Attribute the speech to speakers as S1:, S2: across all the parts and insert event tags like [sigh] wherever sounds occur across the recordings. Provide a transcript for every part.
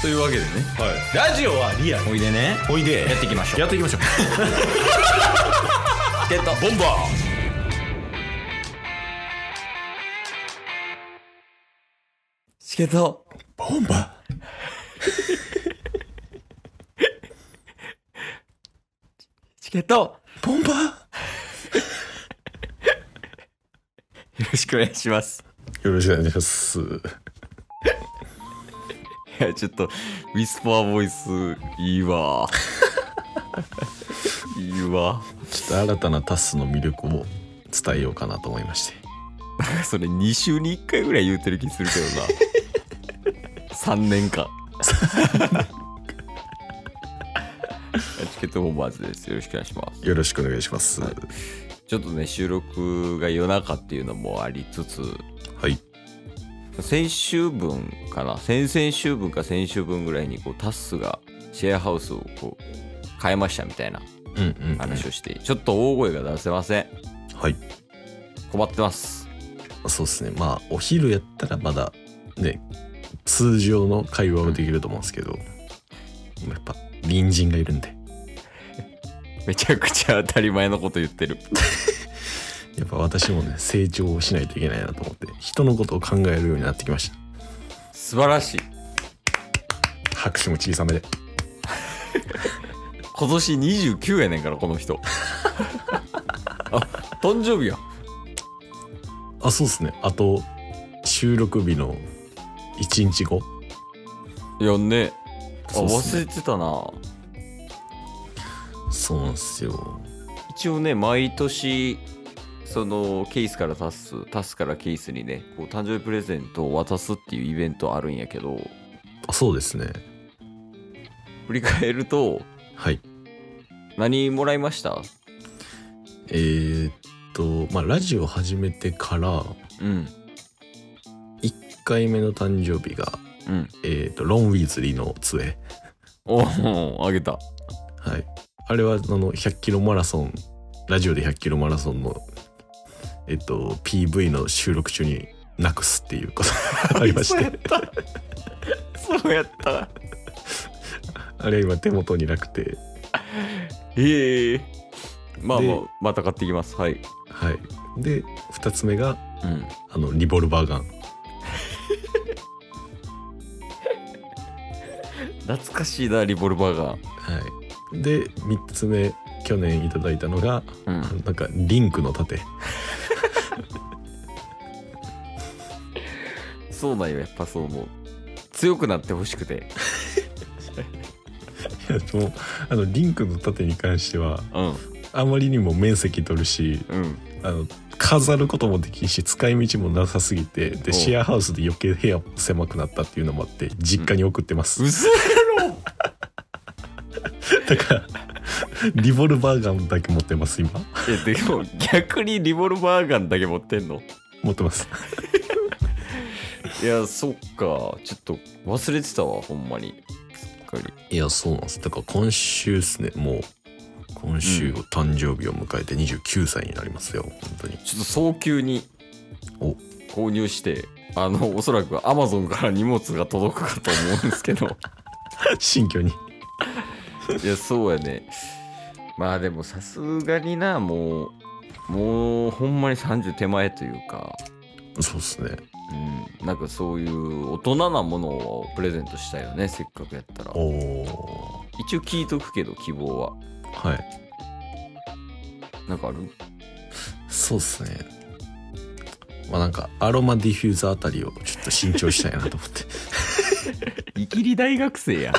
S1: というわけでね
S2: はい、ラジオはリアル
S1: おいでね
S2: おいで
S1: やっていきましょう
S2: やっていきましょう
S1: ってた
S2: ボンバ
S1: チケット
S2: ーボンバ
S1: [laughs] チケットよ
S2: ーボンバー
S1: ろしくお願いします
S2: よろしくお願いします
S1: いやちょっとウィスパーボイスいいわいいわ
S2: ちょっと新たなタスの魅力を伝えようかなと思いまして
S1: それ2週に1回ぐらい言うてる気するけどな3年間チケットボンバーズですよろしくお願いします
S2: よろしくお願いしますはい、
S1: ちょっとね収録が夜中っていうのもありつつ先週分かな先々週分か先週分ぐらいにこうタッスがシェアハウスをこう変えましたみたいな
S2: うんうん、うん、
S1: 話をして、ちょっと大声が出せません
S2: はい
S1: 困ってます
S2: そうですねまあお昼やったらまだね通常の会話はできると思うんですけど、やっぱ隣人がいるんで
S1: めちゃくちゃ当たり前のこと言ってる
S2: やっぱ私もね成長をしないといけないなと思って人のことを考えるようになってきました
S1: 素晴らしい
S2: 拍手も小さめで
S1: 今年29やねんからこの
S2: [laughs]
S1: 人あ誕生日や
S2: あそうですねあと収録日の1日後
S1: いやねあ
S2: そうっす
S1: 忘
S2: ね
S1: れてたな
S2: そうなんですよ
S1: 一応ね毎年そのケースからタスタスからケースにねこう誕生日プレゼントを渡すっていうイベントあるんやけど
S2: あそうですね
S1: 振り返ると
S2: はい
S1: 何もらいました
S2: えー、っとまあラジオ始めてから
S1: うん
S2: 1回目の誕生日が、
S1: うん
S2: えー、っとロン・ウィーズリーの杖
S1: おおあげた
S2: はいあれはあの100キロマラソンラジオで100キロマラソンのえっと PV の収録中になくすっていうことがありまし
S1: [laughs] そうやってたそうやった
S2: あれ今手元になくて
S1: へえまあまあ
S2: で
S1: また買ってきますはい
S2: はいで2つ目が
S1: うん
S2: あのリボルバーガン
S1: 懐かしいなリボルバーガー
S2: はいで3つ目去年いただいたのが
S1: うん
S2: なんかリンクの盾 [laughs]
S1: そうなんよやっぱそう思う強くなってほしくて
S2: いやでもあのリンクの盾に関しては
S1: うん
S2: あまりにも面積取るし
S1: うん
S2: あの飾ることもできんし使い道もなさすぎて
S1: お
S2: でシェアハウスで余計部屋も狭くなったっていうのもあって実家に送ってます、
S1: 嘘やろ
S2: だからリボルバーガンだけ持ってます今
S1: えでも逆にリボルバーガンだけ持ってんの
S2: 持ってます
S1: いやそっかちょっと忘れてたわほんまにすっかり
S2: いやそうなんですだから今週ですねもう今週お誕生日を迎えて29歳になりますよ本
S1: [laughs]
S2: 当に
S1: ちょっと早急に
S2: お
S1: 購入してあのおそらくアマゾンから荷物が届くかと思うんですけど
S2: 新居に
S1: いやそうやねまあでもさすがになもうもうほんまに30手前というか
S2: そうですね
S1: うんなんかそういう大人なものをプレゼントしたいよねせっかくやったら
S2: おお
S1: 一応聞いとくけど希望は
S2: はい
S1: なんかある
S2: そうですね。まあなんかアロマディフューザーあたりをちょっと慎重したいなと思
S1: [laughs]
S2: って。
S1: いきり大学生 [laughs] や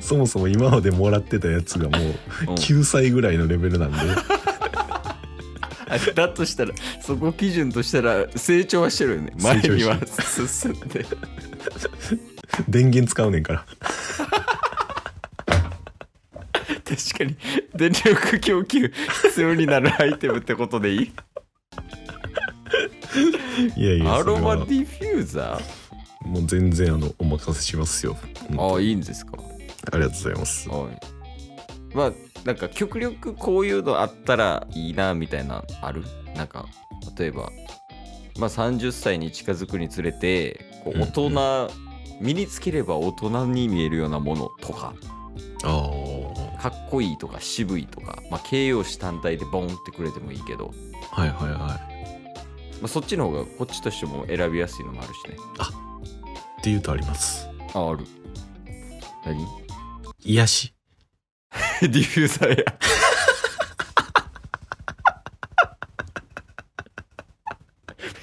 S2: そもそも今までもらってたやつがもう
S1: うん
S2: 9歳ぐらいのレベルなんで、
S1: [laughs] あだとしたらそこ基準としたら成長はしてるよね前
S2: 成長
S1: に
S2: して
S1: は
S2: る
S1: 進んで
S2: 電源使うねんから。
S1: 確かに電力供給必要になるアイテムってことでいい
S2: いやいや、
S1: ア
S2: それ
S1: ロマ
S2: は
S1: ディフューザ
S2: もう全然あのお任せしますよ。うん
S1: ーああいいんですか
S2: ありがとうございます。
S1: はいまあなんか極力こういうのあったらいいなみたいなのあるなんか例えばまあ、30歳に近づくにつれてこ
S2: う
S1: うん大人、身につければ大人に見えるようなものとか
S2: あ
S1: かっこいいとか渋いとか、まあ、形容詞単体でボンってくれてもいいけど、
S2: あはいはいはい
S1: まあ、そっちの方がこっちとしても選びやすいのもあるしね
S2: っていうとあります
S1: あある何
S2: 癒し
S1: [laughs] ディフューザーや [laughs]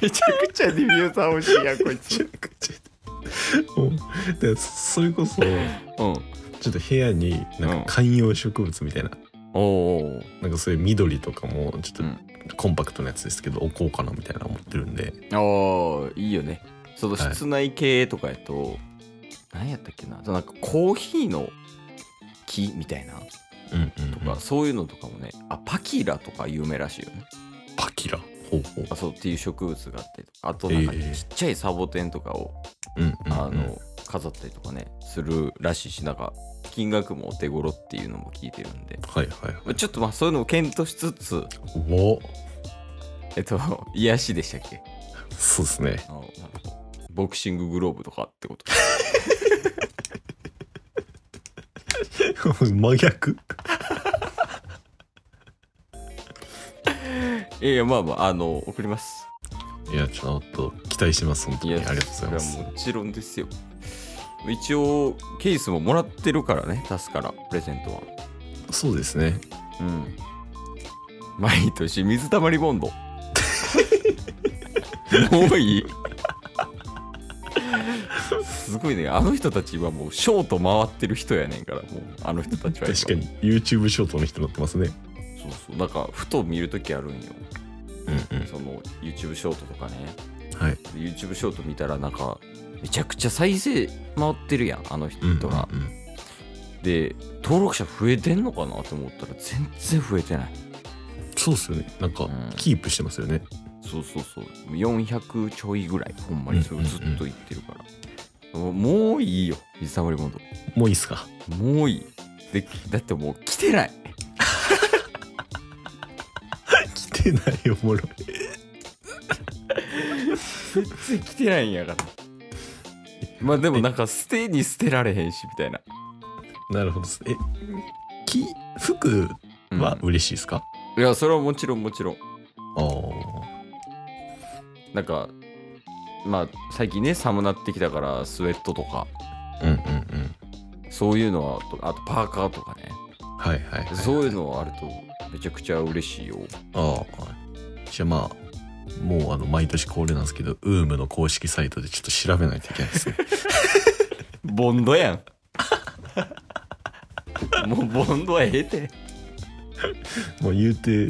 S1: めちゃくちゃディフューザー欲しいやんこいつ
S2: うん [laughs] でそれこそち
S1: [laughs] うん
S2: ょっと部屋になんか観葉植物みたいな、
S1: おお
S2: なんかそういう緑とかもち
S1: う
S2: ょっ
S1: ん
S2: とコンパクトなやつですけど置こうかなみたいな思ってるんで
S1: ああいいよねその室内系とかやと、何やったっけななんかコーヒーの木みたいな
S2: うんうん
S1: と
S2: と
S1: か、
S2: か
S1: そういうのとかもねあパキラとか有名らしいよね
S2: パキラほうほう
S1: あそうっていう植物があってあとなんかち
S2: ええ
S1: っちゃいサボテンとかを、
S2: うんうんうん
S1: あの飾ったりとかねするらしいしなんか金額もお手頃っていうのも聞いてるんで
S2: はいはいは
S1: まあちょっとまあそういうのも検討しつつ
S2: いお
S1: えっと癒しでしたっけ
S2: そうですね [laughs]
S1: あのなんかボクシンググローブとかってこと
S2: 真逆
S1: [laughs] いやいやまあまああの送ります
S2: いやちょっと期待してます本当にありがとうございます
S1: それはもちろんですよ。一応、ケースももらってるからね、助から、プレゼントは。
S2: そうですね
S1: うん。毎年、水たまりボンド。 [laughs] もういいすごいね、あの人たちはもう、ショート回ってる人やねんから、もう、あの人たちは今。
S2: 確かに YouTube ショートの人乗ってますね
S1: そうそう、なんか、ふと見るときあるんよ。
S2: うんうん
S1: その、YouTube ショートとかね。
S2: はい
S1: YouTube ショート見たら、なんか、めちゃくちゃ再生回ってるやん、あの人
S2: うん
S1: が。
S2: うんうん
S1: で登録者増えてんのかなと思ったら全然増えてない
S2: そうっすよねなんか
S1: うん
S2: キープしてますよね、
S1: そうそうそう400ちょいぐらいほんまにそれずっと言ってるから、もういいよ水溜りボン
S2: もういいっすか
S1: ドもういいでだってもう来てない
S2: 来てないおもろい
S1: 全然来てないんやからまあでもなんか捨てに捨てられへんしみたいな、
S2: なるほどっすえき服
S1: うん
S2: は嬉しいですか、
S1: いやそれはもちろんもちろん
S2: ああ
S1: なんかまあ最近ね寒なってきたからスウェットとか
S2: うんうんうん
S1: そういうのはあとパーカーとかね
S2: はいはい、はい、
S1: そういうのあるとめちゃくちゃ嬉しいよ。
S2: ああじゃあまあもうあの毎年恒例なんですけどウームの公式サイトでちょっと調べないといけないですね
S1: ボンド [laughs] やん。もうボンドはええて。
S2: [laughs] もう言うてケ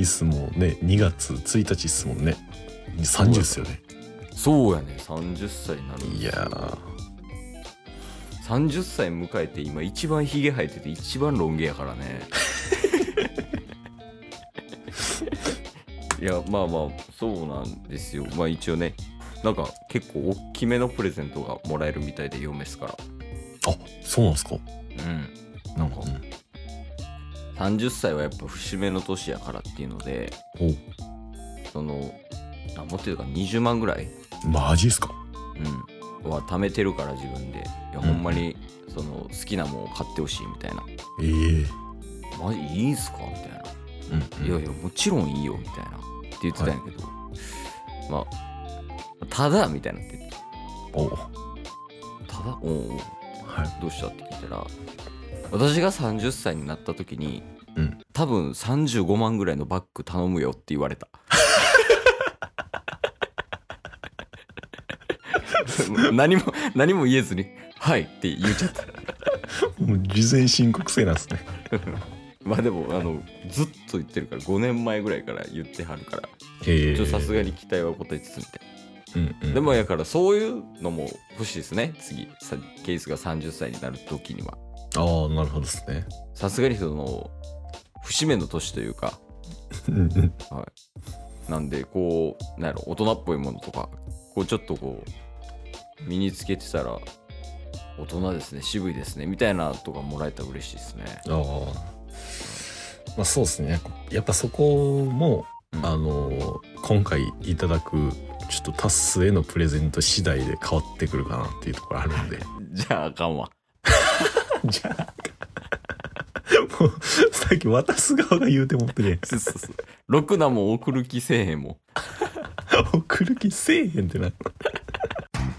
S2: ースもね2月1日っすもんね30っすよね
S1: そうやね、30歳になる。
S2: いやー
S1: 30歳迎えて今一番ヒゲ生えてて一番ロン毛やから [laughs] ね。いや、まあまあ、そうなんですよ。まあ一応ね、なんか結構大きめのプレゼントがもらえるみたいで嫁っすから。
S2: あそうなんですか
S1: うん。
S2: なんか、うん、
S1: 30歳はやっぱ節目の年やからっていうので、
S2: おう
S1: そのあもっと言うか20万ぐらい、
S2: マジっすか
S1: うん、は貯めてるから自分でいや
S2: ん
S1: ほんまにその好きなもんを買ってほしいみたいな
S2: ええ
S1: マジいいんすかみたいな、
S2: うん
S1: いやいやもちろんいいよみたいなって言ってたんやけど、まあただみたいなって言って
S2: おう
S1: ただおうおう
S2: はい
S1: どうしたって聞いたら私が30歳になった時に
S2: うん
S1: 多分35万ぐらいのバッグ頼むよって言わ
S2: [laughs]
S1: れた何も何も言えずに「はい」って言っちゃった
S2: もう事前申告制なんですね
S1: まあでもあのずっと言ってるから5年前ぐらいから言ってはるから
S2: え
S1: ちょっとさす
S2: が
S1: がに期待は応えつつみたい
S2: うんうん
S1: なでもやからそういうのも欲しいですね次さケースが30歳になる時には
S2: ああなるほどですね
S1: さすがにその節目の年というか
S2: うんうん
S1: なんでこうなんやろ大人っぽいものとかこうちょっとこう身につけてたら大人ですね渋いですねみたいなとかもらえたら嬉しいですね
S2: [laughs] ああまあそうですねやっぱそこも、
S1: うん
S2: あの今回いただくちょっとタッスへのプレゼント次第で変わってくるかなっていうところあるん [laughs] で
S1: [laughs] じゃああかんわ
S2: じゃあもうさっき渡す側が言うてもってね
S1: [laughs] そうそうそうろくなもん送る気せえへんもん
S2: [laughs] 送る気せえへんってな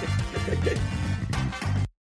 S3: す